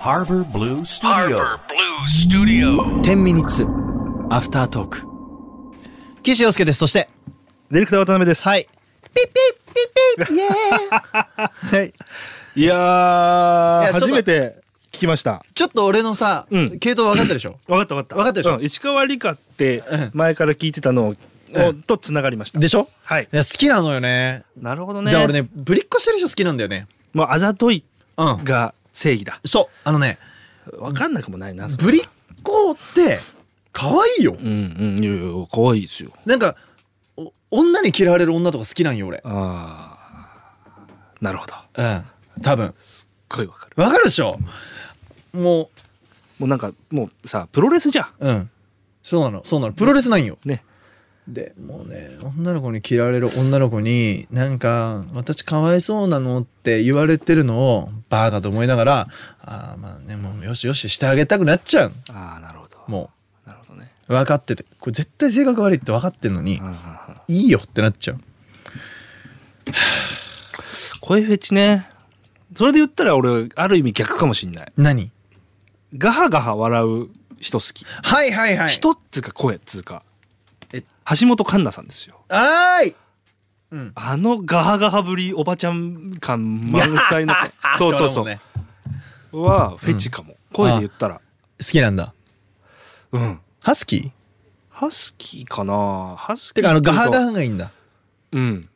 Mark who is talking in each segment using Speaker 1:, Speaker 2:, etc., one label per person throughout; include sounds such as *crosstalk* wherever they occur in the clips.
Speaker 1: Harbor Blue Studio.
Speaker 2: Harbor Blue Studio.
Speaker 3: 10ミニッツアフタートーク岸洋介ですそして
Speaker 4: ディレクター渡辺です。
Speaker 3: はいピッピッピッピッイエ
Speaker 4: *laughs*
Speaker 3: ーイはい
Speaker 4: いやー
Speaker 3: いやちょっと
Speaker 4: 初めて聞きました。
Speaker 3: ちょっと俺のさ、
Speaker 4: うん
Speaker 3: 系統分かったでしょ
Speaker 4: わかったわかった。
Speaker 3: わかったでしょ
Speaker 4: うん石川理香って
Speaker 3: うん
Speaker 4: 前から聞いてたのを、
Speaker 3: うん
Speaker 4: とつながりました。
Speaker 3: でしょ
Speaker 4: はい
Speaker 3: い。や好きなのよね
Speaker 4: なるほど
Speaker 3: だ
Speaker 4: ね。
Speaker 3: から俺ねぶりっこしてる人好きなんだよね
Speaker 4: もうあざとい
Speaker 3: うん
Speaker 4: が正義だ。
Speaker 3: そうあのね
Speaker 4: わかんなくもないな。それ
Speaker 3: ぶりっ子って可愛いよ
Speaker 4: うんうんいやいや可愛いですよ。
Speaker 3: なんかお女に嫌われる女とか好きなんよ俺
Speaker 4: ああなるほど。
Speaker 3: うん多分
Speaker 4: 声わかる。
Speaker 3: わかるでしょも
Speaker 4: もうなんかもうさプロレスじゃん。
Speaker 3: ううんそうなのそうなのプロレスなんよ
Speaker 4: ね。
Speaker 3: でもうね女の子に嫌われる女の子になんか「私かわいそうなの?」って言われてるのをバーカと思いながらああまあねもうよしよししてあげたくなっちゃう
Speaker 4: ああなるほど。
Speaker 3: も
Speaker 4: なるほどね。
Speaker 3: う分かっててこれ絶対性格悪いって分かってんのに
Speaker 4: うんうんうん
Speaker 3: 「いいよ」ってなっちゃう
Speaker 4: 声フェチね。それで言ったら俺ある意味逆かもしんない。
Speaker 3: 何
Speaker 4: ガハガハ笑う人好き。
Speaker 3: はいはいはい
Speaker 4: 人っつうか声っつうか。
Speaker 3: え
Speaker 4: え、橋本環奈さんですよ。
Speaker 3: あーいうん
Speaker 4: あのガハガハぶりおばちゃん感満載の
Speaker 3: *laughs*
Speaker 4: そうそう
Speaker 3: ど
Speaker 4: そ
Speaker 3: もね
Speaker 4: うはフェチかも、声で言ったら
Speaker 3: 好きなんだ
Speaker 4: うん
Speaker 3: ハスキー
Speaker 4: ハスキーかなハスキ
Speaker 3: て
Speaker 4: ー
Speaker 3: かあの
Speaker 4: って
Speaker 3: ガ
Speaker 4: いう
Speaker 3: ハガハがいいんだ
Speaker 4: うん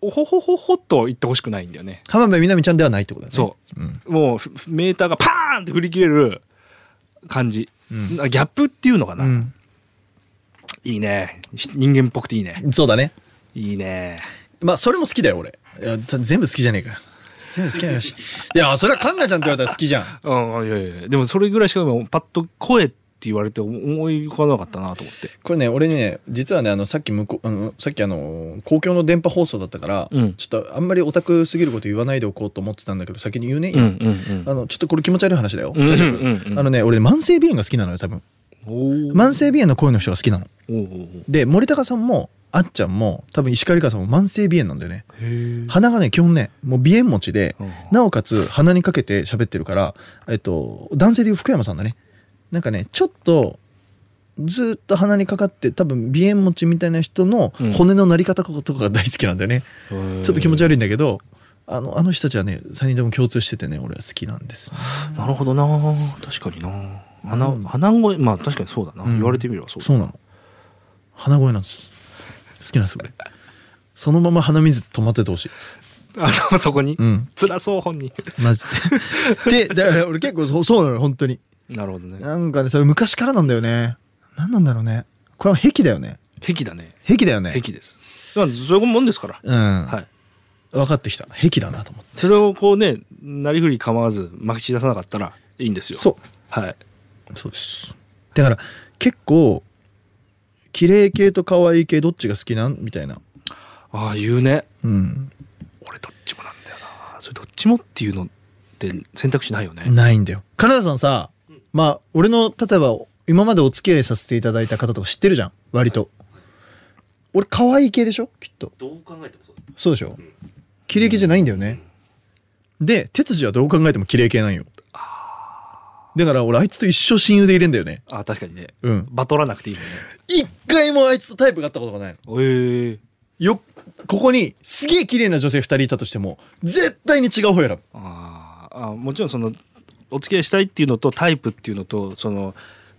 Speaker 4: おほほほほと言ってほしくないんだよね
Speaker 3: 浜辺美波ちゃんではないってことだね、
Speaker 4: そう
Speaker 3: うん、
Speaker 4: うもうふメーターがパーンって振り切れる感じ、
Speaker 3: うん
Speaker 4: なギャップっていうのかな、
Speaker 3: うん
Speaker 4: いいねひ人間っぽくていいね
Speaker 3: そうだね
Speaker 4: いいね
Speaker 3: まあそれも好きだよ俺いやた全部好きじゃねえか全部好きなしいやそれはカンナちゃんって言われたら好きじゃん
Speaker 4: うんいやいやいやでもそれぐらいしか今パッと声って言われて思い浮かばなかったなと思って
Speaker 3: これね俺ね実はねあのさっき向こうあのさっきあの公共の電波放送だったから、
Speaker 4: うん
Speaker 3: ちょっとあんまりオタクすぎること言わないでおこうと思ってたんだけど先に言うね、
Speaker 4: うんうん
Speaker 3: あのちょっとこれ気持ち悪い話だよ、
Speaker 4: うん
Speaker 3: 大丈夫、
Speaker 4: うんうんうん
Speaker 3: あのね俺慢性鼻炎が好きなのよ多分
Speaker 4: うん
Speaker 3: 慢性鼻炎の声の人が好きなの
Speaker 4: おうおうおう
Speaker 3: で森高さんもあっちゃんも多分石川理香さんも慢性鼻炎なんだよね
Speaker 4: へえ
Speaker 3: 鼻がね基本ねもう鼻炎持ちで、
Speaker 4: うん
Speaker 3: なおかつ鼻にかけて喋ってるから、えっと、男性でいう福山さんだねなんかねちょっとずーっと鼻にかかって多分鼻炎持ちみたいな人の
Speaker 4: うん
Speaker 3: 骨のなり方とかが大好きなんだよね、ち
Speaker 4: ち
Speaker 3: ょっと気持ち
Speaker 4: 悪
Speaker 3: 悪いんだけどあのあの人たちはね3人とも共通しててね俺は好きなんです、
Speaker 4: いなるほどな確かにな鼻
Speaker 3: うん
Speaker 4: 鼻声まあ確かにそうだな、
Speaker 3: うん
Speaker 4: 言われてみればそうだ
Speaker 3: そうなの鼻声なんです好きなんです俺そのまま鼻水止まっててほしい
Speaker 4: *laughs* あのそこに、
Speaker 3: うん
Speaker 4: 辛そう
Speaker 3: *laughs*
Speaker 4: 本人
Speaker 3: マジ
Speaker 4: *laughs*
Speaker 3: ででだから俺結構そうそうなの本当に
Speaker 4: なるほどね
Speaker 3: なんかねそれ昔からなんだよね何なんだろうねこれは癖だよね
Speaker 4: 癖だね
Speaker 3: 癖だよね
Speaker 4: 癖ですまあそういうもんですから、
Speaker 3: うん、
Speaker 4: はい
Speaker 3: 分かってきた癖だなと思って
Speaker 4: それをこうねなりふり構わずまき散らさなかったらいいんですよ
Speaker 3: そう
Speaker 4: はい
Speaker 3: そうですだから結構綺麗系と可愛い系どっちが好きなんみたいな
Speaker 4: ああ言うね
Speaker 3: うん
Speaker 4: 俺どっちもなんだよなそれどっちもっていうのって選択肢ないよね、
Speaker 3: ないんだよ金田さんさまあ俺の例えば今までお付き合いさせていただいた方とか知ってるじゃん割と俺可愛い系でしょきっと
Speaker 5: どう考えてもそう
Speaker 3: そうでしょ綺麗系じゃないんだよね。で、哲司はどう考えても綺麗系なんよ。だから俺あいつと一生親友でいれんだよね。
Speaker 4: ああ確かにね
Speaker 3: うん。
Speaker 4: バトらなくていいもんね
Speaker 3: 一回もあいつとタイプがあったことがないの。
Speaker 4: ええ
Speaker 3: よ、ここにすげえ綺麗な女性二人いたとしても、絶対に違う方選ぶ。
Speaker 4: あーあもちろんそのお付き合いしたいっていうのとタイプっていうのとその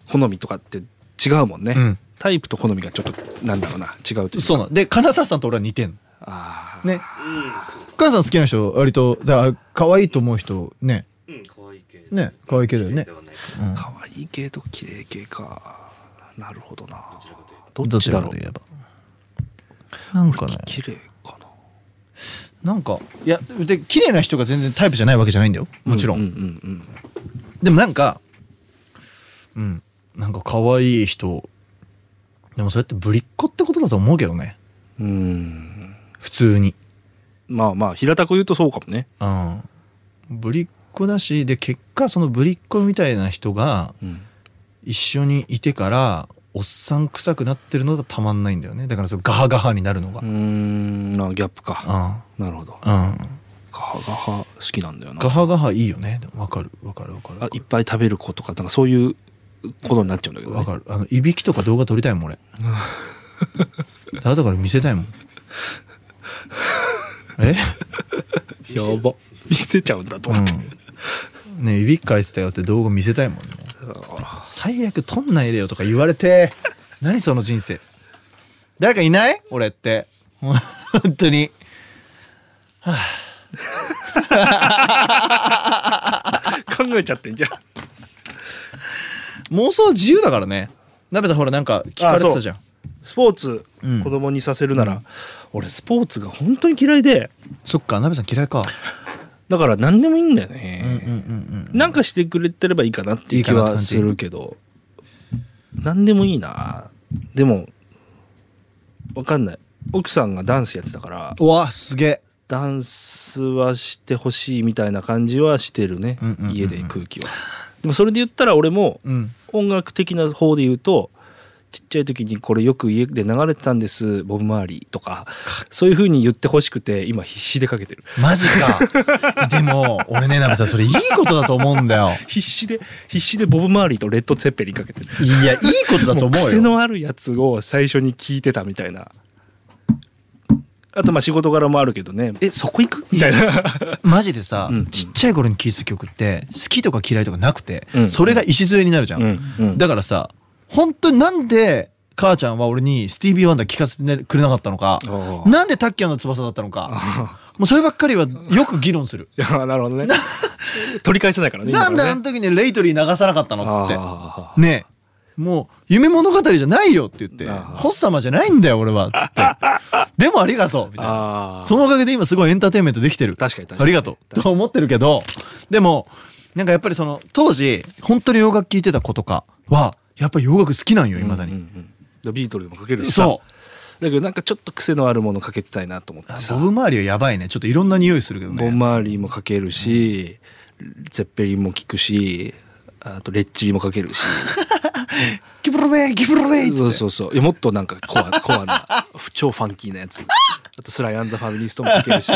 Speaker 4: 好みとかって違うもんね、
Speaker 3: うん
Speaker 4: タイプと好みがちょっとなんだろうな違うというか
Speaker 3: そうなの。で、金沢さんと俺は似てんの。
Speaker 4: あー
Speaker 3: ね。
Speaker 5: だ
Speaker 3: 金沢さん好きな人、割と、だ可愛いと思う人、ね。
Speaker 5: うんうん可愛い系
Speaker 3: ね可愛い系だよね
Speaker 5: ではないか
Speaker 3: うん
Speaker 4: 可愛い系と綺麗系かなるほどな
Speaker 5: どちらかというと
Speaker 4: どっちだろ
Speaker 3: ど
Speaker 4: う
Speaker 3: ちらかといえばなんかね、
Speaker 4: 綺麗かな
Speaker 3: なんか、いや、で、綺麗な人が全然タイプじゃないわけじゃないんだよ。もちろ
Speaker 4: うんうんうん
Speaker 3: でもなんか、うん、なんか可愛い人、でもそれってぶりっ子ってことだと思うけどね。
Speaker 4: うんうん
Speaker 3: 普通に。
Speaker 4: まあまあ平たく言うとそうかもね
Speaker 3: うん。ぶりっ子だし、で、結果そのぶりっ子みたいな人が
Speaker 4: うん
Speaker 3: 一緒にいてから、おっさん臭くなってるのがたまんないんだよね。だからそのガハガハになるのが。
Speaker 4: うーんあギャップか
Speaker 3: う
Speaker 4: なるほど
Speaker 3: ん。うん。
Speaker 4: ガハガハ好きなんだよな
Speaker 3: ガハガハいいよねでもわかるわかるわかる
Speaker 4: あ
Speaker 3: わか
Speaker 4: いっ
Speaker 3: る
Speaker 4: ぱい食べる子とかなんかそういうことになっちゃうんだけど、
Speaker 3: わ
Speaker 4: ね、
Speaker 3: かるあのいびきとか動画撮りたいもん
Speaker 4: *laughs*
Speaker 3: 俺あとから見せたいもんえ
Speaker 4: やば見せちゃうんだと思って、
Speaker 3: うん、ねえいびっかいてたよって動画見せたいもんね最悪撮んないでよとか言われ
Speaker 4: *laughs*
Speaker 3: て何その人生誰かいない俺って *laughs* ほん本当に
Speaker 4: 考えちゃってんじゃん
Speaker 3: 妄想自由だからね鍋さんほらなんか聞かれてたじゃん
Speaker 4: スポーツ、
Speaker 3: うん
Speaker 4: 子供にさせるなら、俺スポーツが本当に嫌いで
Speaker 3: そっか鍋さん嫌いか、
Speaker 4: だから何でもいいんだよ
Speaker 3: うんうんう
Speaker 4: ね、
Speaker 3: んうん
Speaker 4: なんかしてくれてればいいかなっていう気
Speaker 3: いいかなって
Speaker 4: は
Speaker 3: 感じ
Speaker 4: するけど何でもいいなでもわかんない奥さんがダンスやってたから
Speaker 3: うわすげえ
Speaker 4: ダンスはしてほしいみたいな感じはしてるね、
Speaker 3: うんうんうんうん
Speaker 4: 家で空気はでもそれで言ったら俺も
Speaker 3: うん
Speaker 4: 音楽的な方で言うとちっちゃい時にこれよく家で流れてたんですボブ・マーリーとかそういう風に言ってほしくて今必死でかけてる
Speaker 3: マジか *laughs* でも俺ね鍋さんそれいいことだと思うんだよ
Speaker 4: 必死で必死でボブ・マーリーとレッド・ツェッペリンかけてる
Speaker 3: いやいいことだと
Speaker 4: もう
Speaker 3: 思うよ
Speaker 4: 癖のあるやつを最初に聞いてたみたいなあとまあ仕事柄もあるけどねえそこ行くみたいな
Speaker 3: *laughs* マジでさ、
Speaker 4: うん
Speaker 3: ちっちゃい頃に聴いてた曲って好きとか嫌いとかなくて、
Speaker 4: うん
Speaker 3: それが礎になるじゃん、
Speaker 4: うんうん
Speaker 3: だからさ本当になんで母ちゃんは俺にスティービー・ワンダー聴かせてくれなかったのか
Speaker 4: おう
Speaker 3: なんでタッキーの翼だったのかもうそればっかりはよく議論する
Speaker 4: いやなるほどね *laughs* 取り返せないからね
Speaker 3: なんで
Speaker 4: 今
Speaker 3: あ
Speaker 4: か
Speaker 3: の時にレイトリー流さなかったのっつ
Speaker 4: らね
Speaker 3: っ
Speaker 4: あ
Speaker 3: てねえもう夢物語じゃないよって言って
Speaker 4: あ
Speaker 3: 「
Speaker 4: ー
Speaker 3: ホッサマじゃないんだよ俺は」つ
Speaker 4: *laughs*
Speaker 3: って「でもありがとう」み
Speaker 4: ー
Speaker 3: たいな
Speaker 4: あー
Speaker 3: そのおかげで今すごいエンターテインメントできてる
Speaker 4: 確かに確かに
Speaker 3: ありがとうと思ってるけどでもなんかやっぱりその当時本当に洋楽聴いてた子とかはやっぱり洋楽好きなんよいまだ
Speaker 4: うんう
Speaker 3: に、
Speaker 4: んうんビートルズもかけるしさ
Speaker 3: そう
Speaker 4: だけどなんかちょっと癖のあるものかけてたいなと思ってさ
Speaker 3: ボブ周りはやばいねちょっといろんな匂いするけど
Speaker 4: ボン
Speaker 3: ね
Speaker 4: マーリーもかけるし、ゼッペリンも聞くしあとレッチリもかけるし
Speaker 3: ギブルウェイギブルウェイっつって
Speaker 4: そうそうそういやもっとなんかコア
Speaker 3: *laughs*
Speaker 4: コアな超ファンキーなやつあとスライアンザファミリーストもかけるし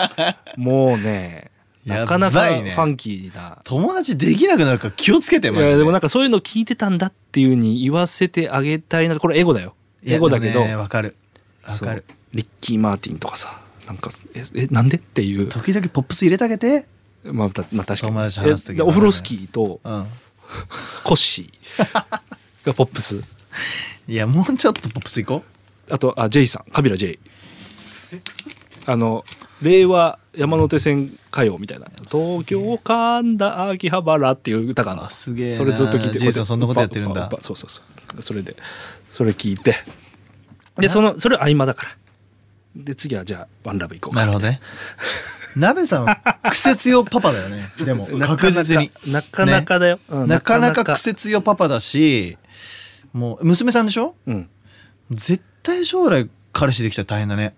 Speaker 3: *laughs*
Speaker 4: もうねなかなか
Speaker 3: やば
Speaker 4: フ
Speaker 3: いね
Speaker 4: ァンキーな。
Speaker 3: 友達できなくなるから気をつけて
Speaker 4: い
Speaker 3: マジで
Speaker 4: やでもなんかそういうの聞いてたんだっていうふうに言わせてあげたいなこれエゴだよ
Speaker 3: いや
Speaker 4: エゴだけど
Speaker 3: でもねわかるわ
Speaker 4: そ
Speaker 3: か
Speaker 4: う
Speaker 3: る
Speaker 4: リッキー・マーティンとかさなんかええなんでっていう
Speaker 3: 時々ポップス入れてあげて
Speaker 4: まあ、たまあ確かに
Speaker 3: 友達と話す時
Speaker 4: えでオフロスキーと
Speaker 3: うん
Speaker 4: コッシーがポップス
Speaker 3: いやもうちょっとポップスいこ
Speaker 4: あとあジェイさんカビラジェイあの令和山手線歌謡みたいな「東京神田秋葉原」っていう歌があるの
Speaker 3: あすげえな
Speaker 4: それずっと聞いて
Speaker 3: ジェイさんそんなことやってるんだ
Speaker 4: うっぱうっぱうっぱそうそうそうそれでそれ聞いてでそのそれは合間だからで次はじゃあワンラブ行こ
Speaker 3: う
Speaker 4: うか
Speaker 3: なるほどね鍋さんは癖強パパだよね *laughs* でも
Speaker 4: なかなか
Speaker 3: 確実に
Speaker 4: なかなかだよ、うん
Speaker 3: なかなか癖強パパだしもう娘さんでしょ
Speaker 4: うん
Speaker 3: 絶対将来彼氏できたら大変だね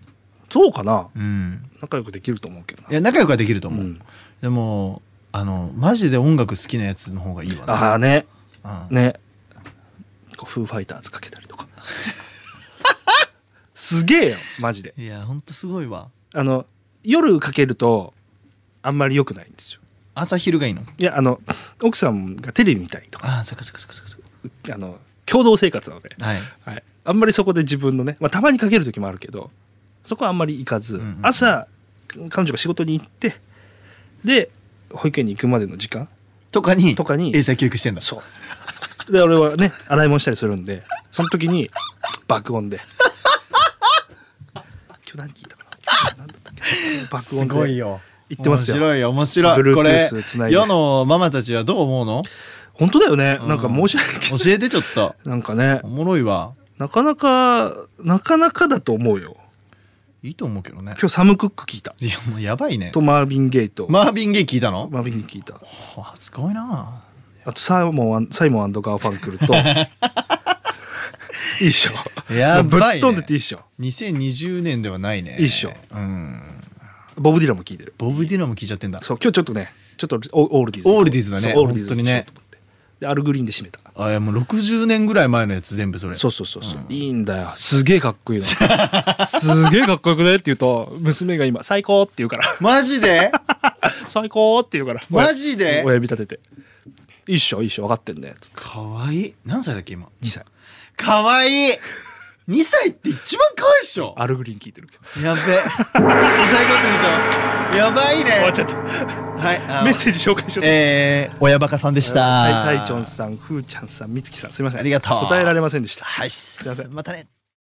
Speaker 4: そうかな
Speaker 3: うん
Speaker 4: 仲良くできると思うけどない
Speaker 3: や仲良くはできると思う、
Speaker 4: うん
Speaker 3: でもあのマジで音楽好きなやつの方がいいわ
Speaker 4: ああね
Speaker 3: あ、うん
Speaker 4: ねこうフーファイターズかけたり
Speaker 3: *laughs*
Speaker 4: とかすげえよマジで
Speaker 3: いやほんとすごいわ
Speaker 4: あの夜かけるとあんまり良くないんですよ
Speaker 3: 朝昼がいいの
Speaker 4: いやあの奥さんがテレビ見たりとか
Speaker 3: ああそっかそっかそっかそっか
Speaker 4: あの共同生活なので、
Speaker 3: はい
Speaker 4: はい、あんまりそこで自分のね、まあ、たまにかける時もあるけどそこはあんまり行かず、
Speaker 3: うんうん
Speaker 4: 朝彼女が仕事に行ってで保育園に行くまでの時間
Speaker 3: とかに
Speaker 4: とかに
Speaker 3: 英才教育してんだ
Speaker 4: そう。で、俺はね、洗い物したりするんで、その時に爆音で。今日何聞いたかな今日何だったっけ爆音
Speaker 3: す
Speaker 4: で。
Speaker 3: ごいよ
Speaker 4: 言ってますよ
Speaker 3: 面白いよ面白いこれ
Speaker 4: Bluetooth 繋いで
Speaker 3: 世のママたちはどう思うの
Speaker 4: 本当だよね。なんか
Speaker 3: うん
Speaker 4: 申し訳ない。
Speaker 3: 教えてちょっと
Speaker 4: なんかね
Speaker 3: お、もろいわ
Speaker 4: なかなか、なかなかだと思うよ。
Speaker 3: いいと思うけどね
Speaker 4: 今日サム・クック聞いた。
Speaker 3: いやもうやばいね
Speaker 4: とマービン・ゲイト。
Speaker 3: マービン・ゲイ聞いたの
Speaker 4: マービン・聞いた。
Speaker 3: はあすごいな
Speaker 4: あとサイモン、サイモンガーファンクルと。 *laughs* いいっしょ。
Speaker 3: や
Speaker 4: ぶっ
Speaker 3: ばいね
Speaker 4: 飛んでていいっしょ。
Speaker 3: 2020年ではないね
Speaker 4: 一緒
Speaker 3: うん
Speaker 4: ボブ・ディランも聞いてる。
Speaker 3: ボブ・ディランも聞いちゃってんだ
Speaker 4: そう今日ちょっとねちょっとオオールディーズ
Speaker 3: オールディーズだね
Speaker 4: そうオールディーズ
Speaker 3: 本当にね
Speaker 4: しようと思ってでアルグリーンで締めた
Speaker 3: あいやもう60年ぐらい前のやつ全部それ
Speaker 4: そうそうそうそう、いいんだよすげえかっこいいのすげえかっこよくねって言うと娘が今「最高!」って言うから
Speaker 3: マジ
Speaker 4: *laughs*
Speaker 3: で
Speaker 4: 最高って言うから
Speaker 3: マジで
Speaker 4: 親指立てて「いいっしょいいっしょ分かってんね」つって
Speaker 3: かわいい何歳だっけ今
Speaker 4: 2歳
Speaker 3: かわいい2歳って一番かわいいっしょ
Speaker 4: アルグリーン聞いてるけど
Speaker 3: やべ2歳後ってでしょやばいね
Speaker 4: 終わっちゃった
Speaker 3: はいあの
Speaker 4: メッセージ紹介しようと
Speaker 3: えー、親バカさんでした
Speaker 4: はいタイチョンさんふーちゃんさんみつきさんすいません
Speaker 3: ありがとう
Speaker 4: 答えられませんでした
Speaker 3: はい
Speaker 4: すいません
Speaker 3: またね